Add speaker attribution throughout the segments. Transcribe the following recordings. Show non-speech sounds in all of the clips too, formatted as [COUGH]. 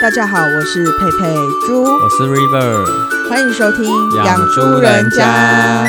Speaker 1: 大家好，我是佩佩猪， [LAUGHS]
Speaker 2: 我是 River，
Speaker 1: 欢迎收听《
Speaker 2: 养猪人家》。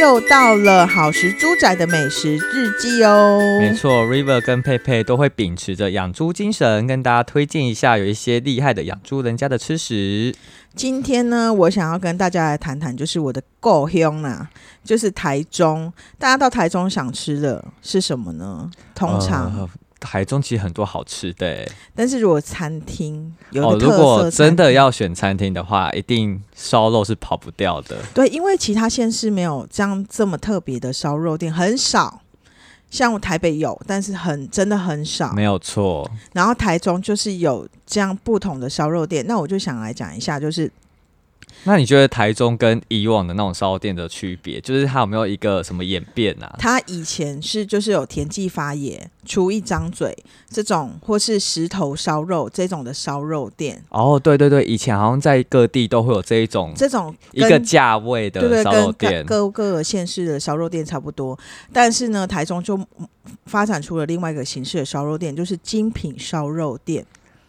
Speaker 1: 又到了好食猪仔的美食日记哦，
Speaker 2: 没错，River 跟佩佩都会秉持着养猪精神，跟大家推荐一下有一些厉害的养猪人家的吃食。
Speaker 1: 今天呢，我想要跟大家来谈谈，就是我的故乡啦，就是台中。大家到台中想吃的是什么呢？通常，
Speaker 2: 呃台中其实很多好吃的欸、
Speaker 1: 但是如果餐厅有
Speaker 2: 哦。
Speaker 1: 一个
Speaker 2: 如
Speaker 1: 特色餐厅、
Speaker 2: 果真的要选餐厅的话，一定烧肉是跑不掉的。
Speaker 1: 对，因为其他县市没有这样这么特别的烧肉店，很少。像我台北有，但是很真的很少
Speaker 2: 没。有错，
Speaker 1: 然后台中就是有这样不同的烧肉店，那我就想来讲一下，就是
Speaker 2: 那你觉得台中跟以往的那种烧肉店的区别，就是它有没有一个什么演变啊？
Speaker 1: 他以前是就是有田记发爷出一张嘴这种，或是石头烧肉这种的烧肉店，
Speaker 2: 哦，对对对，以前好像在各地都会有这一种
Speaker 1: 这种
Speaker 2: 一个
Speaker 1: 跟
Speaker 2: 价位
Speaker 1: 对
Speaker 2: 的
Speaker 1: 对，
Speaker 2: 烧肉
Speaker 1: 跟
Speaker 2: 店，
Speaker 1: 各各各个县市的烧肉店差不多，但是呢，台中就嗯发展出了另外一个形式的烧肉店，就是精品烧肉店。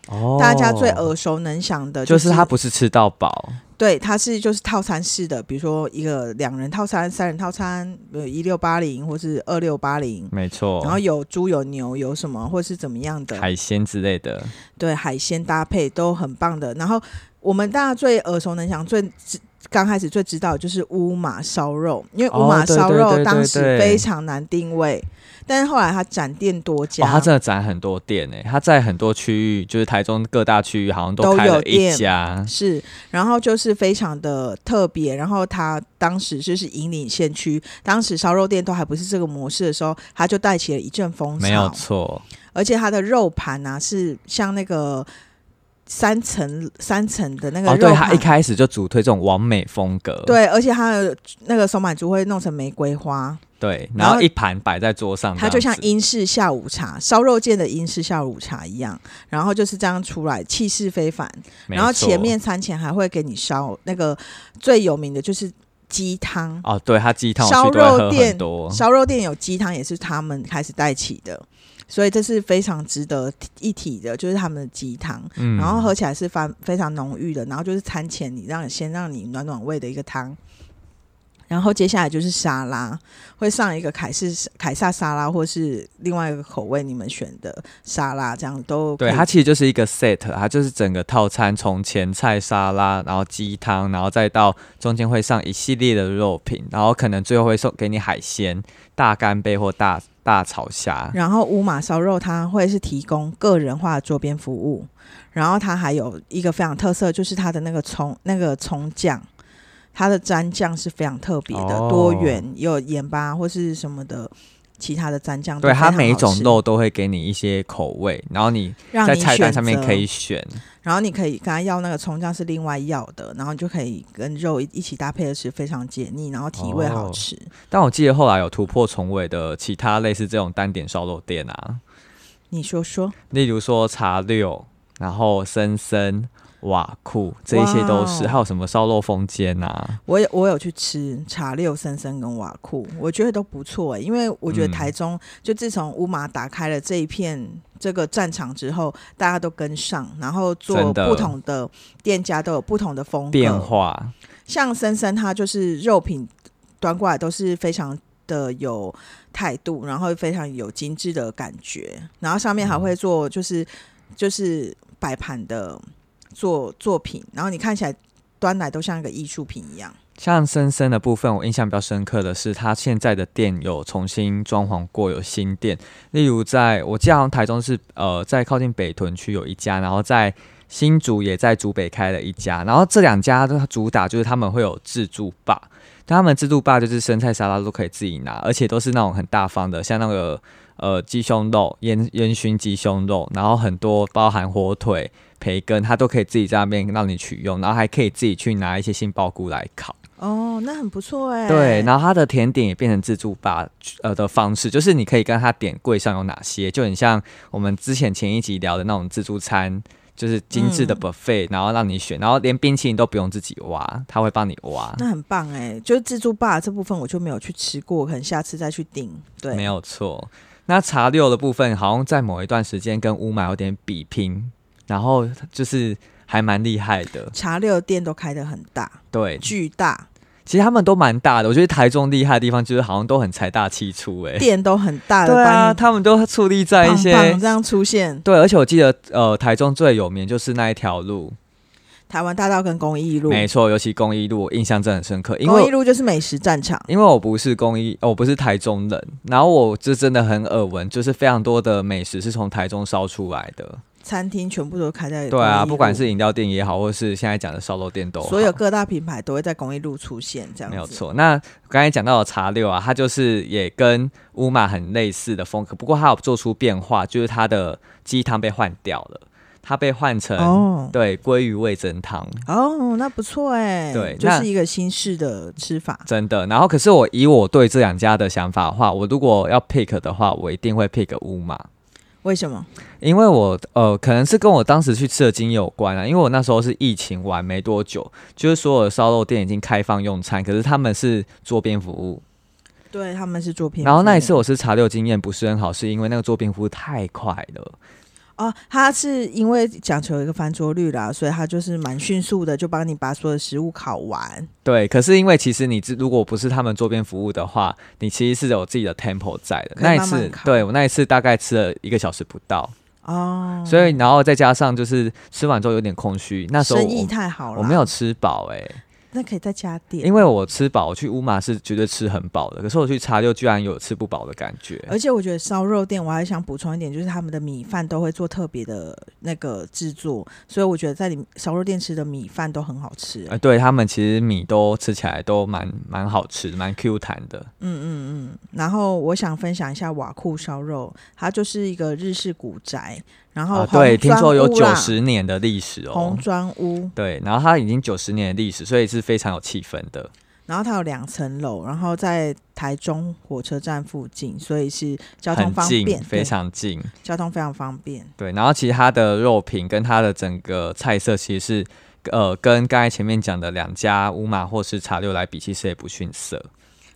Speaker 2: 哦
Speaker 1: 大家最耳熟能详的、
Speaker 2: 就是是它不是吃到饱，
Speaker 1: 对，它是就是套餐式的，比如说一个两人套餐、三人套餐，呃，一六八零或是二六八零，
Speaker 2: 没错，
Speaker 1: 然后有猪有牛有什么或是怎么样的，
Speaker 2: 哦海鲜之类的，
Speaker 1: 对，海鲜搭配都很棒的。然后我们大家最耳熟能详、最知刚开始最知道的就是乌马烧肉，因为乌
Speaker 2: 哦
Speaker 1: 马
Speaker 2: 对
Speaker 1: 烧
Speaker 2: 对
Speaker 1: 肉
Speaker 2: 对
Speaker 1: 当
Speaker 2: 对
Speaker 1: 时
Speaker 2: 对
Speaker 1: 非常难定位，但是后来它展店多家，
Speaker 2: 哦，它真的展很多店诶，它在很多区域，就是台中各大区域好像
Speaker 1: 都
Speaker 2: 都开
Speaker 1: 有
Speaker 2: 了一
Speaker 1: 店
Speaker 2: 家，
Speaker 1: 是，然后就是非常的特别，然后他当时就是引领县区，当时烧肉店都还不是这个模式的时候，他就带起了一阵风
Speaker 2: 没有
Speaker 1: 潮，
Speaker 2: 错，
Speaker 1: 而且他的肉盘啊是像那个三层三层的那个
Speaker 2: 哦，
Speaker 1: 肉
Speaker 2: 对，
Speaker 1: 盘，
Speaker 2: 它一开始就主推这种完美风格，
Speaker 1: 对而且他的那个手满猪会弄成玫瑰花，
Speaker 2: 对，
Speaker 1: 然
Speaker 2: 然
Speaker 1: 后
Speaker 2: 后一盘摆在桌上哦这
Speaker 1: 它
Speaker 2: 样
Speaker 1: 就
Speaker 2: 子，
Speaker 1: 像英式下午茶烧肉界的英式下午茶一样，然后就是这样出来，气势非凡。
Speaker 2: 没
Speaker 1: 然后
Speaker 2: 错
Speaker 1: 前面餐前还会给你烧那个最有名的就是鸡汤。
Speaker 2: 哦，对，它鸡汤
Speaker 1: 烧
Speaker 2: 我去都会
Speaker 1: 肉
Speaker 2: 喝
Speaker 1: 店
Speaker 2: 很多，
Speaker 1: 烧肉店有鸡汤也是他们开始带起的，所以这是非常值得一提的，就是他们的鸡汤，
Speaker 2: 嗯
Speaker 1: 然后喝起来是非非常浓郁的，然后就是餐前你让先让你暖暖胃的一个汤。然后接下来就是沙拉，会上一个凯式凯撒沙拉，或是另外一个口味你们选的沙拉，这样都可以
Speaker 2: 对，它其实就是一个 set，它就是整个套餐，从前菜、沙拉，然后鸡汤，然后再到中间会上一系列的肉品，然后可能最后会送给你海鲜、大干贝或大大炒虾。
Speaker 1: 然后乌马烧肉它会是提供个人化的桌边服务，然后它还有一个非常特色，就是它的那个葱那个葱酱，它的蘸酱是非常特别的，
Speaker 2: 哦
Speaker 1: 多元也有盐巴或是什么的其他的蘸酱都非
Speaker 2: 对，
Speaker 1: 常好
Speaker 2: 它
Speaker 1: 吃，
Speaker 2: 每一种肉都会给你一些口味，然后你
Speaker 1: 让
Speaker 2: 在
Speaker 1: 你
Speaker 2: 菜单上面
Speaker 1: 选择
Speaker 2: 可以，选。
Speaker 1: 然后你可以跟他要那个葱酱是另外要的，然后你就可以跟肉一一起搭配的吃，非常解腻，然后体味好
Speaker 2: 哦
Speaker 1: 吃。
Speaker 2: 但我记得后来有突破重围的其他类似这种单点烧肉店啊，
Speaker 1: 你说说，
Speaker 2: 例如说茶六，然后森森、瓦库这一些都
Speaker 1: 哇哦
Speaker 2: 是，
Speaker 1: 哦
Speaker 2: 还有什么烧肉风间啊。
Speaker 1: 我有我有去吃茶六森森跟瓦库，我觉得都不错、欸，因为我觉得
Speaker 2: 嗯
Speaker 1: 台中、就自从乌马打开了这一片这个战场之后，大家都跟上，然后做
Speaker 2: 真的
Speaker 1: 不同的店家都有不同的风格
Speaker 2: 变化，
Speaker 1: 像森森它就是肉品端过来都是非常的有态度，然后非常有精致的感觉，然后上面还
Speaker 2: 嗯
Speaker 1: 会做就是、就是摆盘的作作品，然后你看起来端来都像一个艺术品一样。
Speaker 2: 像森森的部分，我印象比较深刻的是，它现在的店有重新装潢过，有新店。例如在，我记得好像台中是呃，在靠近北屯区有一家，然后在新竹也在竹北开了一家。然后这两家的主打就是他们会有自助吧，但他们自助吧就是生菜沙拉都可以自己拿，而且都是那种很大方的，像那个呃鸡胸肉、烟烟熏鸡胸肉，然后很多包含火腿。培根，它都可以自己在那边让你取用，然后还可以自己去拿一些杏鲍菇来烤。
Speaker 1: 哦，那很不错哎、
Speaker 2: 对，然后它的甜点也变成自助吧呃的方式，就是你可以跟他点柜上有哪些，就很像我们之前前一集聊的那种自助餐，就是精致的
Speaker 1: 嗯
Speaker 2: buffet，、然后让你选，然后连冰淇淋都不用自己挖，他会帮你挖。
Speaker 1: 那很棒哎、就是自助吧这部分我就没有去吃过，可能下次再去订。对，
Speaker 2: 没有错。那茶六的部分好像在某一段时间跟乌马有点比拼，然后就是还蛮厉害的。
Speaker 1: 茶六店都开得很大，
Speaker 2: 对，
Speaker 1: 巨大，
Speaker 2: 其实他们都蛮大的，我觉得台中厉害的地方就是好像都很财大气粗、欸，哎，
Speaker 1: 店都很大的，
Speaker 2: 对啊，
Speaker 1: 把
Speaker 2: 他们都矗立在
Speaker 1: 你
Speaker 2: 一些
Speaker 1: 胖胖这样出现，
Speaker 2: 对，而且我记得呃，台中最有名就是那一条路，
Speaker 1: 台湾大道跟公益路，
Speaker 2: 没错，尤其公益路，我印象真的很深刻，因
Speaker 1: 公益
Speaker 2: 为
Speaker 1: 路就是美食战场，
Speaker 2: 因为我不是公益，哦我不是台中人，然后我就真的很耳闻，就是非常多的美食是从台中烧出来的，
Speaker 1: 餐厅全部都开在
Speaker 2: 对
Speaker 1: 公益
Speaker 2: 啊，
Speaker 1: 路
Speaker 2: 不管是饮料店也好，或是现在讲的烧肉店都好
Speaker 1: 所有各大品牌都会在公益路出现，这样子
Speaker 2: 没有。错。那刚才讲到的茶六啊，它就是也跟乌马很类似的风格，不过它有做出变化，就是它的鸡汤被换掉了，它被换成、
Speaker 1: 哦
Speaker 2: 对鲑鱼味增汤。
Speaker 1: 哦，那不错哎、
Speaker 2: 对
Speaker 1: 就
Speaker 2: 那
Speaker 1: 是一个新式的吃法。
Speaker 2: 真的，然后可是我以我对这两家的想法的话，我如果要 pick 的话，我一定会 pick 乌马，
Speaker 1: 为什么？
Speaker 2: 因为我呃可能是跟我当时去吃的经验有关啊，因为我那时候是疫情完没多久，就是所有的烧肉店已经开放用餐，可是他们是桌边服务，
Speaker 1: 对，他们是做品。
Speaker 2: 然后那一次我是茶六经验不是很好，是因为那个做冰敷太快了。
Speaker 1: 哦，他是因为讲求一个翻桌率啦，所以他就是蛮迅速的，就帮你把所有的食物烤完。
Speaker 2: 对，可是因为其实你知如果不是他们做边服务的话，你其实是有自己的 tempo 在的。
Speaker 1: 可以
Speaker 2: 那一
Speaker 1: 慢
Speaker 2: 次，
Speaker 1: 慢烤
Speaker 2: 对我那一次大概吃了一个小时不到，
Speaker 1: 哦，
Speaker 2: 所以然后再加上就是吃完之后有点空虚，那时候
Speaker 1: 生
Speaker 2: 我
Speaker 1: 意太好了。
Speaker 2: 我没有，吃饱哎、
Speaker 1: 那可以再加点。
Speaker 2: 因为我吃饱，我去乌马是绝对吃很饱的，可是我去茶六居然有吃不饱的感觉。
Speaker 1: 而且我觉得烧肉店，我还想补充一点，就是他们的米饭都会做特别的那个制作，所以我觉得在你烧肉店吃的米饭都很好吃、
Speaker 2: 呃，对他们其实米都吃起来都蛮蛮好吃，
Speaker 1: 哦
Speaker 2: 蛮 Q 弹的。
Speaker 1: 嗯嗯嗯，然后我想分享一下瓦库烧肉，它就是一个日式古宅，然后、
Speaker 2: 啊，对，听说有九
Speaker 1: 九
Speaker 2: 十年的历史哦。
Speaker 1: 红砖屋，
Speaker 2: 对，然后它已经九十年的历史，所以是非常有气氛的。
Speaker 1: 然后它有两层楼，然后在台中火车站附近，所以是交通
Speaker 2: 很
Speaker 1: 方
Speaker 2: 近，
Speaker 1: 便，
Speaker 2: 非
Speaker 1: 对
Speaker 2: 常近。
Speaker 1: 交通非常方便。
Speaker 2: 对，然后其实它的肉品跟它的整个菜色其实是。呃，跟刚才前面讲的两家乌马或是茶六来比，其实也不逊色，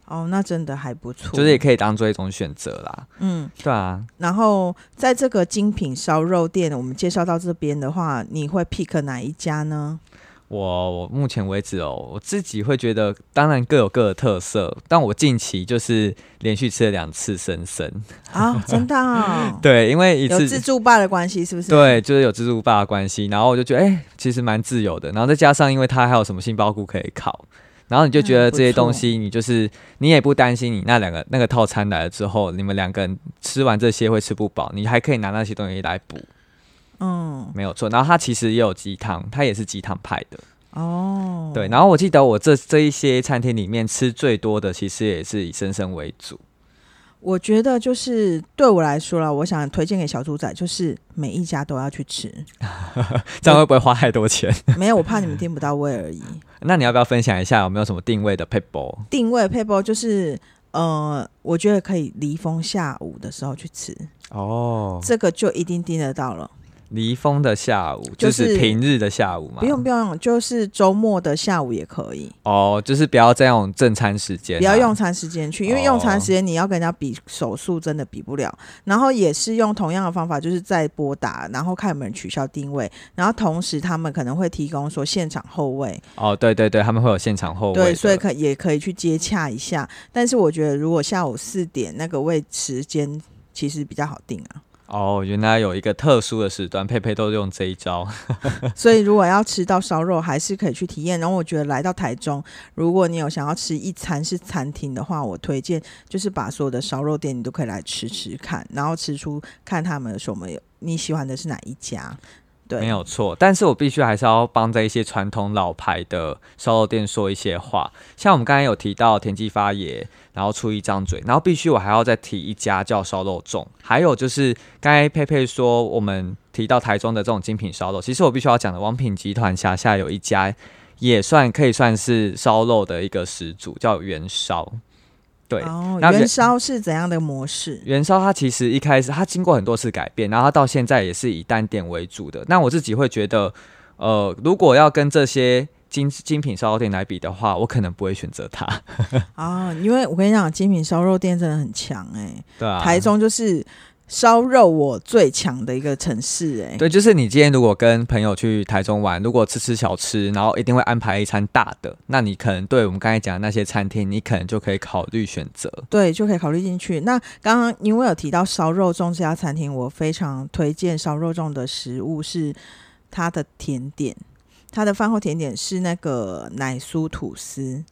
Speaker 1: 哦，那真的还不错，
Speaker 2: 就是也可以当做一种选择啦。
Speaker 1: 嗯，
Speaker 2: 对啊，
Speaker 1: 然后在这个精品烧肉店，我们介绍到这边的话，你会 pick 哪一家呢？
Speaker 2: 我我目前为止哦，我自己会觉得，当然各有各的特色，但我近期就是连续吃了两次生参， [LAUGHS]
Speaker 1: 啊，真的哦、
Speaker 2: 对，因为一
Speaker 1: 有
Speaker 2: 次
Speaker 1: 自助吧的关系是不是？，
Speaker 2: 对，就是有蜘蛛爸的关系，然后我就觉得，哎、其实蛮自由的。然后再加上，因为它还有什么杏鲍菇可以烤，然后你就觉
Speaker 1: 嗯
Speaker 2: 得
Speaker 1: 不
Speaker 2: 这些
Speaker 1: 错
Speaker 2: 东西，你就是你也不担心你那两个那个套餐来了之后，你们两个人吃完这些会吃不饱，你还可以拿那些东西来补，
Speaker 1: 嗯，
Speaker 2: 没有错。然后它其实也有鸡汤，它也是鸡汤派的，
Speaker 1: 哦，
Speaker 2: 对。然后我记得我这这一些餐厅里面吃最多的，其实也是以生生为主。
Speaker 1: 我觉得就是对我来说啦，我想推荐给小猪仔，就是每一家都要去吃。
Speaker 2: 这样会不会花太多钱？ [LAUGHS]
Speaker 1: 没有，我怕你们听不到味而已。
Speaker 2: 那你要不要分享一下有没有什么定位的 paper？
Speaker 1: 定位配包就是，呃，我觉得可以离峰下午的时候去吃，
Speaker 2: 哦
Speaker 1: 这个就一定订得到了。
Speaker 2: 离峰的下午，
Speaker 1: 就
Speaker 2: 就是是平日的下午嘛。
Speaker 1: 不用不用，就是周末的下午也可以，
Speaker 2: 哦，就是不要再用正餐时间啊、
Speaker 1: 不要用餐时间去，因为
Speaker 2: 哦
Speaker 1: 用餐时间你要跟人家比手速，真的比不了。然后也是用同样的方法，就是在拨打，然后看有没有人取消定位，然后同时他们可能会提供说现场后位，
Speaker 2: 哦，对对对，他们会有现场后位的。
Speaker 1: 对，所以可也可以去接洽一下。但是我觉得，如果下午四点那个位时间，其实比较好定啊。
Speaker 2: 哦，原来有一个特殊的时段，佩佩都用这一招。
Speaker 1: 所以如果要吃到烧肉，还是可以去体验。然后我觉得来到台中，如果你有想要吃一餐是餐厅的话，我推荐就是把所有的烧肉店你都可以来吃吃看，然后吃出看他们有什么有你喜欢的是哪一家。对，
Speaker 2: 没有错，但是我必须还是要帮这一些传统老牌的烧肉店说一些话，像我们刚才有提到田记发爷，然后出一张嘴，然后必须我还要再提一家叫烧肉粽，还有就是刚才佩佩说我们提到台中的这种精品烧肉，其实我必须要讲的，王品集团辖下有一家也算可以算是烧肉的一个始祖，叫元烧，对，
Speaker 1: 哦，
Speaker 2: 那
Speaker 1: 元
Speaker 2: 元
Speaker 1: 烧是怎样的模
Speaker 2: [LAUGHS]
Speaker 1: 式？
Speaker 2: 元烧它其实一开始它经过很多次改变，然后它到现在也是以单点为主的。那我自己会觉得，呃，如果要跟这些精精品烧肉店来比的话，我可能不会选择它。
Speaker 1: 哦，因为我跟你讲，精品烧肉店真的很强哎、
Speaker 2: 对啊，
Speaker 1: 台中就是烧肉我最强的一个城市、欸，哎，
Speaker 2: 对，就是你今天如果跟朋友去台中玩，如果吃吃小吃，然后一定会安排一餐大的，那你可能对我们刚才讲的那些餐厅，你可能就可以考虑选择。
Speaker 1: 对，就可以考虑进去。那刚刚因为有提到烧肉粽这家餐厅，我非常推荐烧肉粽的食物是它的甜点，它的饭后甜点是那个奶酥吐司，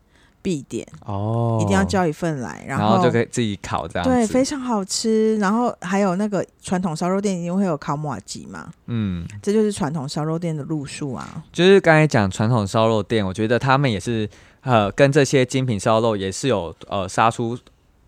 Speaker 1: 必点，
Speaker 2: 哦
Speaker 1: 一定要，叫一份来，
Speaker 2: 然
Speaker 1: 然后
Speaker 2: 就可以自己烤这样
Speaker 1: 对，
Speaker 2: 子
Speaker 1: 非常好吃。然后还有那个传统烧肉店一定会有烤马吉嘛，
Speaker 2: 嗯，
Speaker 1: 这就是传统烧肉店的路数啊。
Speaker 2: 就是刚才讲传统烧肉店，我觉得他们也是呃，跟这些精品烧肉也是有呃杀出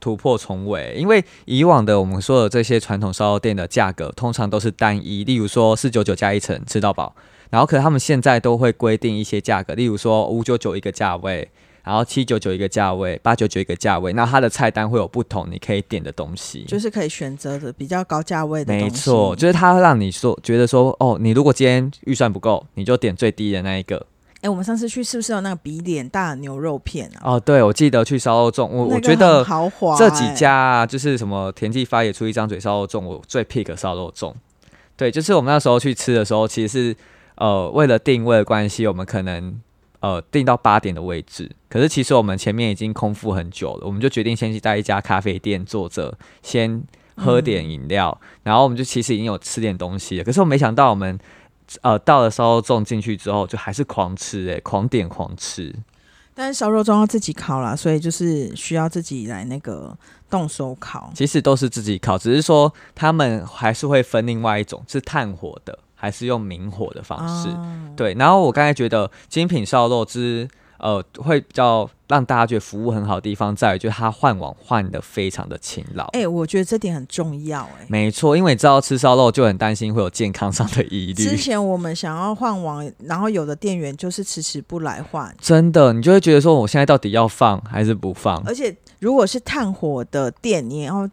Speaker 2: 突破重围，因为以往的我们说的这些传统烧肉店的价格通常都是单一，例如说四九九加一层吃到饱，然后可是他们现在都会规定一些价格，例如说五九九一个价位。然后七九九一个价位，八九九一个价位，那它的菜单会有不同，你可以点的东西。
Speaker 1: [LAUGHS] 就是可以选择的比较高价位的东西。
Speaker 2: 没错，就是它会让你说觉得说，哦，你如果今天预算不够，你就点最低的那一个，
Speaker 1: 哎、我们上次去是不是有那个比脸大的牛肉片啊？
Speaker 2: 哦，对，我记得去烧肉粽，我、
Speaker 1: 那个
Speaker 2: 我觉
Speaker 1: 很
Speaker 2: 得
Speaker 1: 豪华、
Speaker 2: 这几
Speaker 1: 哎
Speaker 2: 家啊就是什么田记发也出一张嘴烧肉粽，我最 pick 烧肉粽。对，就是我们那时候去吃的时候，其实是呃为了定位的关系，我们可能呃定到八点的位置，可是其实我们前面已经空腹很久了，我们就决定先去在一家咖啡店坐着，先喝
Speaker 1: 嗯
Speaker 2: 点饮料，然后我们就其实已经有吃点东西了，可是我没想到我们。呃，到了烧肉粽进去之后，就还是狂吃哎、狂点狂吃。
Speaker 1: 但是烧肉粽要自己烤啦，所以就是需要自己来那个动手烤。
Speaker 2: 其实都是自己烤，只是说他们还是会分另外一种是炭火的，还是用明火的方式。
Speaker 1: 啊
Speaker 2: 对，然后我刚才觉得精品烧肉之呃会比较让大家觉得服务很好的地方在于，就是它换网换的非常的勤劳。
Speaker 1: 哎、我觉得这点很重要哎、
Speaker 2: 没错，因为你知道吃烧肉就很担心会有健康上的疑
Speaker 1: 之
Speaker 2: 虑。
Speaker 1: 前我们想要换网，然后有的店员就是迟迟不来换，
Speaker 2: 真的，你就会觉得说，我现在到底要放还是不放？
Speaker 1: 而且如果是炭火的店，你要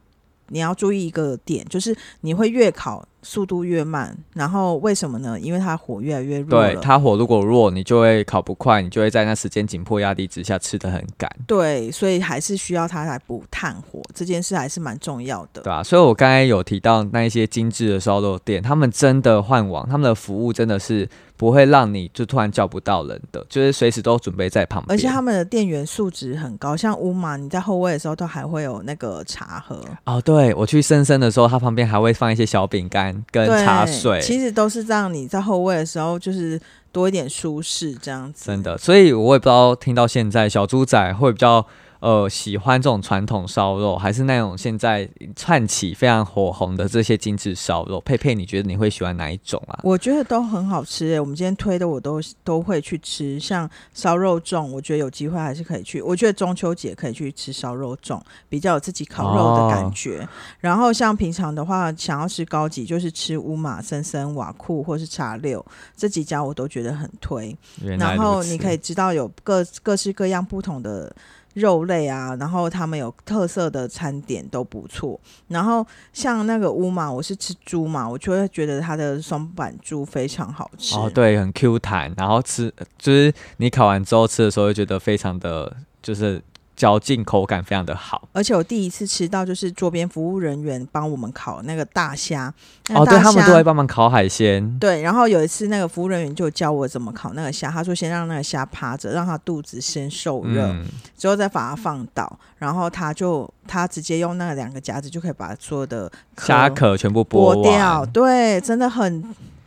Speaker 1: 你要注意一个点，就是你会越烤速度越慢，然后为什么呢？因为它火越来越弱
Speaker 2: 对，
Speaker 1: 了。
Speaker 2: 它火如果弱，你就会烤不快，你就会在那时间紧迫压力之下吃的很赶。
Speaker 1: 对，所以还是需要它来补炭火，这件事还是蛮重要的。
Speaker 2: 对啊，所以我刚才有提到那一些精致的烧肉店，他们真的换网，他们的服务真的是不会让你就突然叫不到人的，就是随时都准备在旁边。
Speaker 1: 而且他们的店员素质很高，像乌马，你在后位的时候都还会有那个茶盒
Speaker 2: 哦，对我去深深的时候，它旁边还会放一些小饼干跟
Speaker 1: 对
Speaker 2: 茶水，
Speaker 1: 其实都是让你在后位的时候就是多一点舒适这样子。
Speaker 2: 真的。所以我也不知道听到现在小猪仔会比较呃喜欢这种传统烧肉，还是那种现在串起非常火红的这些精致烧肉。佩佩，你觉得你会喜欢哪一种啊？
Speaker 1: 我觉得都很好吃欸诶、我们今天推的我都都会去吃，像烧肉粽，我觉得有机会还是可以去。我觉得中秋节可以去吃烧肉粽，比较有自己烤肉的感觉。
Speaker 2: 哦
Speaker 1: 然后像平常的话，想要吃高级，就是吃乌马、森森、瓦库或是茶六这几家，我都觉得很推。
Speaker 2: 原来
Speaker 1: 然
Speaker 2: 如
Speaker 1: 后
Speaker 2: 此
Speaker 1: 你可以知道有各各式各样不同的肉类啊，然后他们有特色的餐点都不错。然后像那个乌马，我是吃猪嘛，我就会觉得它的松板猪非常好吃。
Speaker 2: 哦，对，很 Q 弹，然后吃就是你烤完之后吃的时候，会觉得非常的就是嚼劲口感非常的好。
Speaker 1: 而且我第一次吃到，就是桌边服务人员帮我们烤那个大虾，那
Speaker 2: 哦，
Speaker 1: 个
Speaker 2: 对
Speaker 1: 大
Speaker 2: 他们都
Speaker 1: 虾
Speaker 2: 会帮忙烤海鲜。
Speaker 1: 对，然后有一次那个服务人员就教我怎么烤那个虾，他说先让那个虾趴着，让它肚子先受热，
Speaker 2: 嗯，
Speaker 1: 之后再把它放倒，然后他就他直接用那个两个夹子就可以把所有的壳
Speaker 2: 虾壳全部
Speaker 1: 剥
Speaker 2: 完
Speaker 1: 掉，对，真的很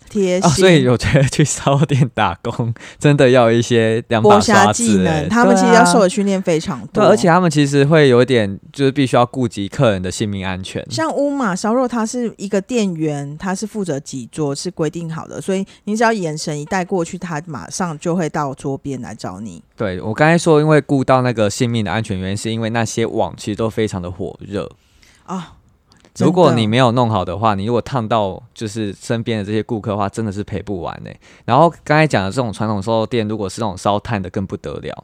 Speaker 1: 贴心。
Speaker 2: 哦，所以我觉得去烧肉店打工真的要一些两把
Speaker 1: 剥
Speaker 2: 刷
Speaker 1: 虾
Speaker 2: 子
Speaker 1: 技
Speaker 2: 欸
Speaker 1: 能，他们
Speaker 2: 对
Speaker 1: 其实要
Speaker 2: 啊
Speaker 1: 受的训练非常多，
Speaker 2: 对，啊而且他们其实会有一点，就是必须要顾及客人的性命安全。
Speaker 1: 像乌马烧肉，它是一个店员，他是负责几桌是规定好的，所以你只要眼神一带过去，他马上就会到桌边来找你。
Speaker 2: 对我刚才说，因为顾到那个性命的安全原因，是因为那些网其实都非常的火热。
Speaker 1: 啊、真
Speaker 2: 如果
Speaker 1: 的
Speaker 2: 你没有弄好的话，你如果烫到就是身边的这些顾客的话，真的是赔不完呢、然后刚才讲的这种传统烧肉店，如果是那种烧炭的，更不得了。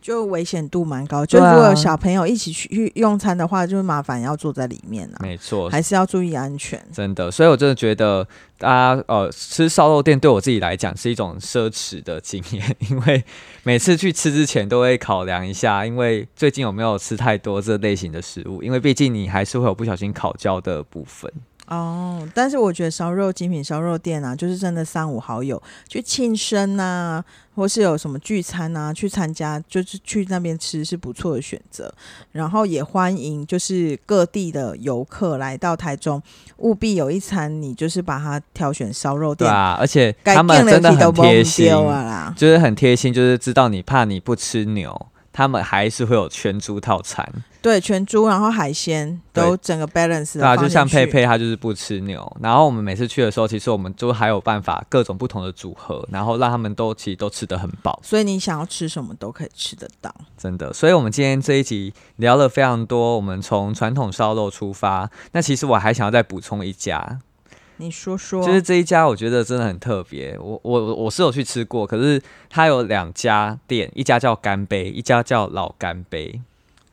Speaker 1: 就危险度蛮高，就
Speaker 2: 对
Speaker 1: 如
Speaker 2: 啊
Speaker 1: 果有小朋友一起去去用餐的话，就是麻烦要坐在里面啊，
Speaker 2: 没错，
Speaker 1: 还是要注意安全。
Speaker 2: 真的。所以我真的觉得，大家呃吃烧肉店对我自己来讲是一种奢侈的经验，因为每次去吃之前都会考量一下，因为最近有没有吃太多这类型的食物，因为毕竟你还是会有不小心烤焦的部分。
Speaker 1: 哦，但是我觉得烧肉精品烧肉店啊，就是真的三五好友去庆生呐、或是有什么聚餐呐、去参加，就是去那边吃是不错的选择。然后也欢迎就是各地的游客来到台中，务必有一餐你就是把它挑选烧肉
Speaker 2: 对
Speaker 1: 店，
Speaker 2: 啊，而且
Speaker 1: 改
Speaker 2: 他们
Speaker 1: 变了
Speaker 2: 真的
Speaker 1: 自己都
Speaker 2: 很
Speaker 1: 不
Speaker 2: 贴心，
Speaker 1: 丢啊啦。
Speaker 2: 就是很贴心，就是知道你怕你不吃牛，他们还是会有全猪套餐。
Speaker 1: 对，全猪然后海鲜都整个 balance 的
Speaker 2: 对
Speaker 1: 放
Speaker 2: 啊，就
Speaker 1: 进
Speaker 2: 像佩
Speaker 1: 去
Speaker 2: 佩她就是不吃牛，然后我们每次去的时候，其实我们就还有办法各种不同的组合，然后让他们都其实都吃得很饱，
Speaker 1: 所以你想要吃什么都可以吃得到。
Speaker 2: 真的。所以，我们今天这一集聊了非常多，我们从传统烧肉出发。那其实我还想要再补充一家，
Speaker 1: 你说说，
Speaker 2: 就是这一家我觉得真的很特别。我我我是有去吃过，可是它有两家店，一家叫干杯，一家叫老干杯。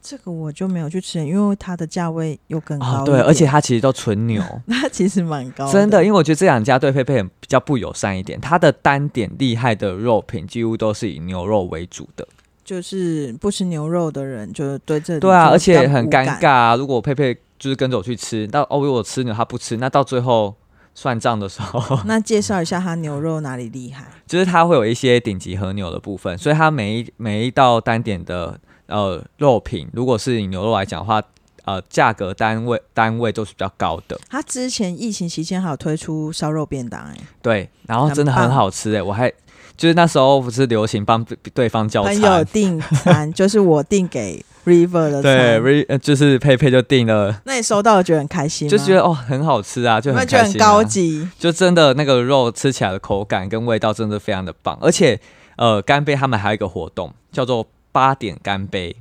Speaker 1: 这个我就没有去吃，因为它的价位又更高、哦
Speaker 2: 哦，对，而
Speaker 1: [LAUGHS]
Speaker 2: 且它其实都纯牛。
Speaker 1: 它其实蛮高
Speaker 2: 真
Speaker 1: 的
Speaker 2: 的，因为我觉得这两家对佩佩很比较不友善一点，它的单点厉害的肉品几乎都是以牛肉为主的。
Speaker 1: 就是不吃牛肉的人，就是对这里
Speaker 2: 对啊，
Speaker 1: 就
Speaker 2: 而
Speaker 1: 比较
Speaker 2: 且很
Speaker 1: 无
Speaker 2: 尴
Speaker 1: 感
Speaker 2: 尬。啊。如果佩佩就是跟着我去吃，到哦，如果我吃牛他不吃，那到最后算账的时候， [LAUGHS]
Speaker 1: 那介绍一下它牛肉哪里厉害？
Speaker 2: 就是它会有一些顶级和牛的部分，所以它每一每一道单点的呃肉品，如果是以牛肉来讲的话，呃，价格单位单位都是比较高的。
Speaker 1: 它之前疫情期间还有推出烧肉便当、欸
Speaker 2: 对，然后
Speaker 1: 很
Speaker 2: 真的很
Speaker 1: 棒
Speaker 2: 好吃哎、我还。就是那时候不是流行帮对对方
Speaker 1: 哎，
Speaker 2: 叫
Speaker 1: 朋
Speaker 2: 餐，
Speaker 1: 友订餐就是我订给 River 的
Speaker 2: [LAUGHS] 对
Speaker 1: 餐，
Speaker 2: ，re 呃就是佩佩就订了，
Speaker 1: 那你收到了觉得很开心吗？
Speaker 2: 就觉得哦很好吃啊，就
Speaker 1: 有没
Speaker 2: 很
Speaker 1: 有觉得
Speaker 2: 开
Speaker 1: 很
Speaker 2: 心啊、
Speaker 1: 高
Speaker 2: [LAUGHS]
Speaker 1: 级？
Speaker 2: 就真的那个肉吃起来的口感跟味道真的非常的棒，而且呃干杯他们还有一个活动叫做八点干杯。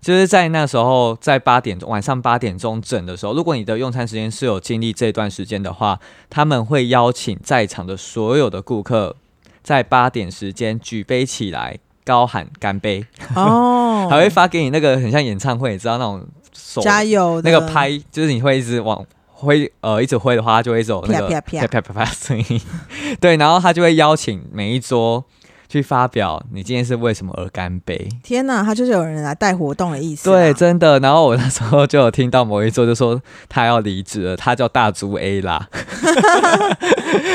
Speaker 2: 就是在那时候，在八点钟晚上八点钟整的时候，如果你的用餐时间是有经历这段时间的话，他们会邀请在场的所有的顾客在八点时间举杯起来，高喊干杯，
Speaker 1: 哦，
Speaker 2: 还会发给你那个很像演唱会，你知道那种手
Speaker 1: 加油的
Speaker 2: 那个拍，就是你会一直往挥，呃，一直挥的话，它就会一直有那个
Speaker 1: 啪啪啪
Speaker 2: 啪啪啪的声音。 [LAUGHS] 对，然后他就会邀请每一桌去发表你今天是为什么而干杯。
Speaker 1: 天哪，他就是有人来带活动的意思啦。啊
Speaker 2: 对，真的。然后我那时候就有听到某一桌就说他要离职了，他叫大猪 A 啦， [LAUGHS]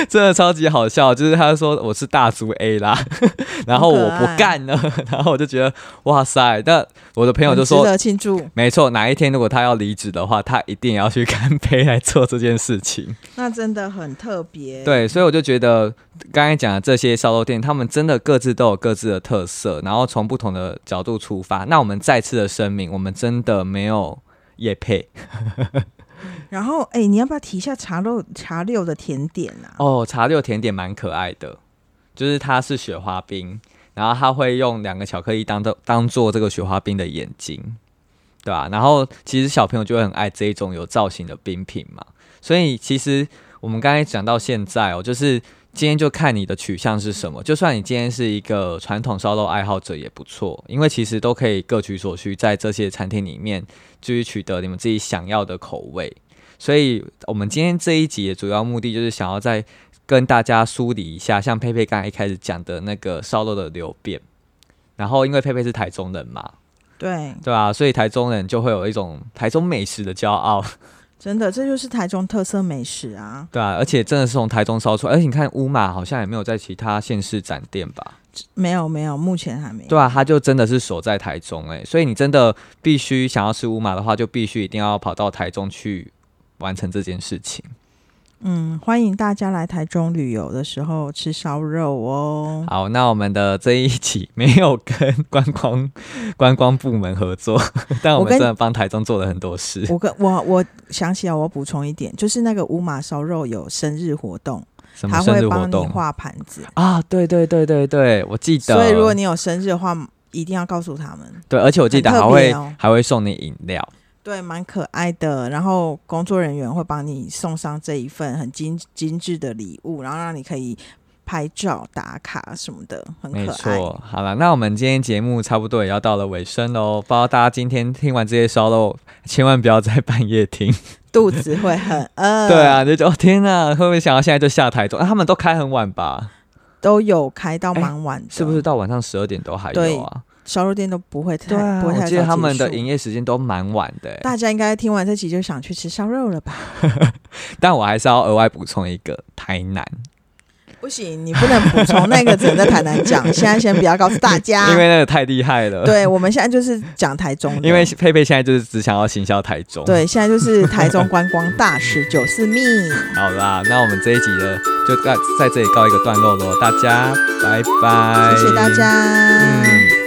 Speaker 2: 真的超级好笑。就是他说我是大猪 A 啦， [LAUGHS] 然后我不
Speaker 1: 很可爱
Speaker 2: 干了， [LAUGHS] 然后我就觉得哇塞，那我的朋友就
Speaker 1: 很
Speaker 2: 说
Speaker 1: 值得庆祝。
Speaker 2: 没错，哪一天如果他要离职的话，他一定要去干杯来做这件事情。
Speaker 1: 那真的很特别。，
Speaker 2: 对，所以我就觉得刚才讲的这些烧肉店，他们真的各自都有各自的特色，然后从不同的角度出发。那我们再次的声明，我们真的没有夜配
Speaker 1: 然后哎、你要不要提一下茶肉茶六的甜点啊？
Speaker 2: 哦。茶六甜点蛮可爱的，就是它是雪花冰，然后它会用两个巧克力当做当做这个雪花冰的眼睛，对吧、然后其实小朋友就会很爱这一种有造型的冰品嘛。所以其实我们刚才讲到现在哦，就是今天就看你的取向是什么。就算你今天是一个传统烧肉爱好者也不错，因为其实都可以各取所需，在这些餐厅里面去取得你们自己想要的口味。所以我们今天这一集的主要目的就是想要再跟大家梳理一下，像佩佩刚才一开始讲的那个烧肉的流变。然后，因为佩佩是台中人嘛，
Speaker 1: 对，
Speaker 2: 对啊，所以台中人就会有一种台中美食的骄傲，
Speaker 1: 真的，这就是台中特色美食啊！
Speaker 2: 对啊，而且真的是从台中烧出来，而且你看乌马好像也没有在其他县市展店吧？
Speaker 1: 没有没有，目前还没有。
Speaker 2: 对啊，它就真的是守在台中哎、所以你真的必须想要吃乌马的话，就必须一定要跑到台中去完成这件事情。
Speaker 1: 嗯，欢迎大家来台中旅游的时候吃烧肉哦。
Speaker 2: 好，那我们的这一期没有跟观光观光部门合作， [LAUGHS] 但我
Speaker 1: 我
Speaker 2: 们
Speaker 1: 跟
Speaker 2: 真的帮台中做了很多事。
Speaker 1: 我跟我我想起来，我补充一点，就是那个五马烧肉有生日活动，
Speaker 2: 什么
Speaker 1: 他
Speaker 2: 生
Speaker 1: 会
Speaker 2: 日活
Speaker 1: 帮你
Speaker 2: 动
Speaker 1: 画盘子，
Speaker 2: 啊？对对对对对，我记得。
Speaker 1: 所以如果你有生日的话，一定要告诉他们。
Speaker 2: 对，而且我记得
Speaker 1: 很
Speaker 2: 还
Speaker 1: 特
Speaker 2: 会、
Speaker 1: 别哦
Speaker 2: 还会送你饮料。
Speaker 1: 对，蛮可爱的。然后工作人员会帮你送上这一份很精精致的礼物，然后让你可以拍照打卡什么的，很
Speaker 2: 没
Speaker 1: 可爱。
Speaker 2: 错，好了，那我们今天节目差不多也要到了尾声喽。不知道大家今天听完这些烧肉，千万不要在半夜听。
Speaker 1: [LAUGHS] 肚子会
Speaker 2: [LAUGHS]
Speaker 1: 很饿，
Speaker 2: 对，啊，你就哦天哪，会不会想要现在就下台中？啊、他们都开很晚吧？
Speaker 1: 都有开到蛮晚的，
Speaker 2: 哎是不是？到晚上十二点都还有啊？
Speaker 1: 烧肉店都不会太、
Speaker 2: 对啊，
Speaker 1: 不会
Speaker 2: 我
Speaker 1: 太
Speaker 2: 记
Speaker 1: 早
Speaker 2: 得他们
Speaker 1: 结
Speaker 2: 的
Speaker 1: 束
Speaker 2: 营业时间都蛮晚的欸、
Speaker 1: 大家应该听完这集就想去吃烧肉了吧？
Speaker 2: 但我还是要额外补充一个台南，
Speaker 1: 不行，你不能 [LAUGHS] 补充那个，只能在台南讲。现在先不要告诉大家，
Speaker 2: [LAUGHS] 因为那个太厉害了。，
Speaker 1: [LAUGHS] 对我们现在就是讲台中的，
Speaker 2: 因为佩佩现在就是只想要行销台中。，
Speaker 1: 对现在就是台中观光大使九四密，
Speaker 2: 好啦，那我们这一集呢就在在这里告一个段落喽，大家拜拜，
Speaker 1: 谢谢大。家。
Speaker 2: 嗯。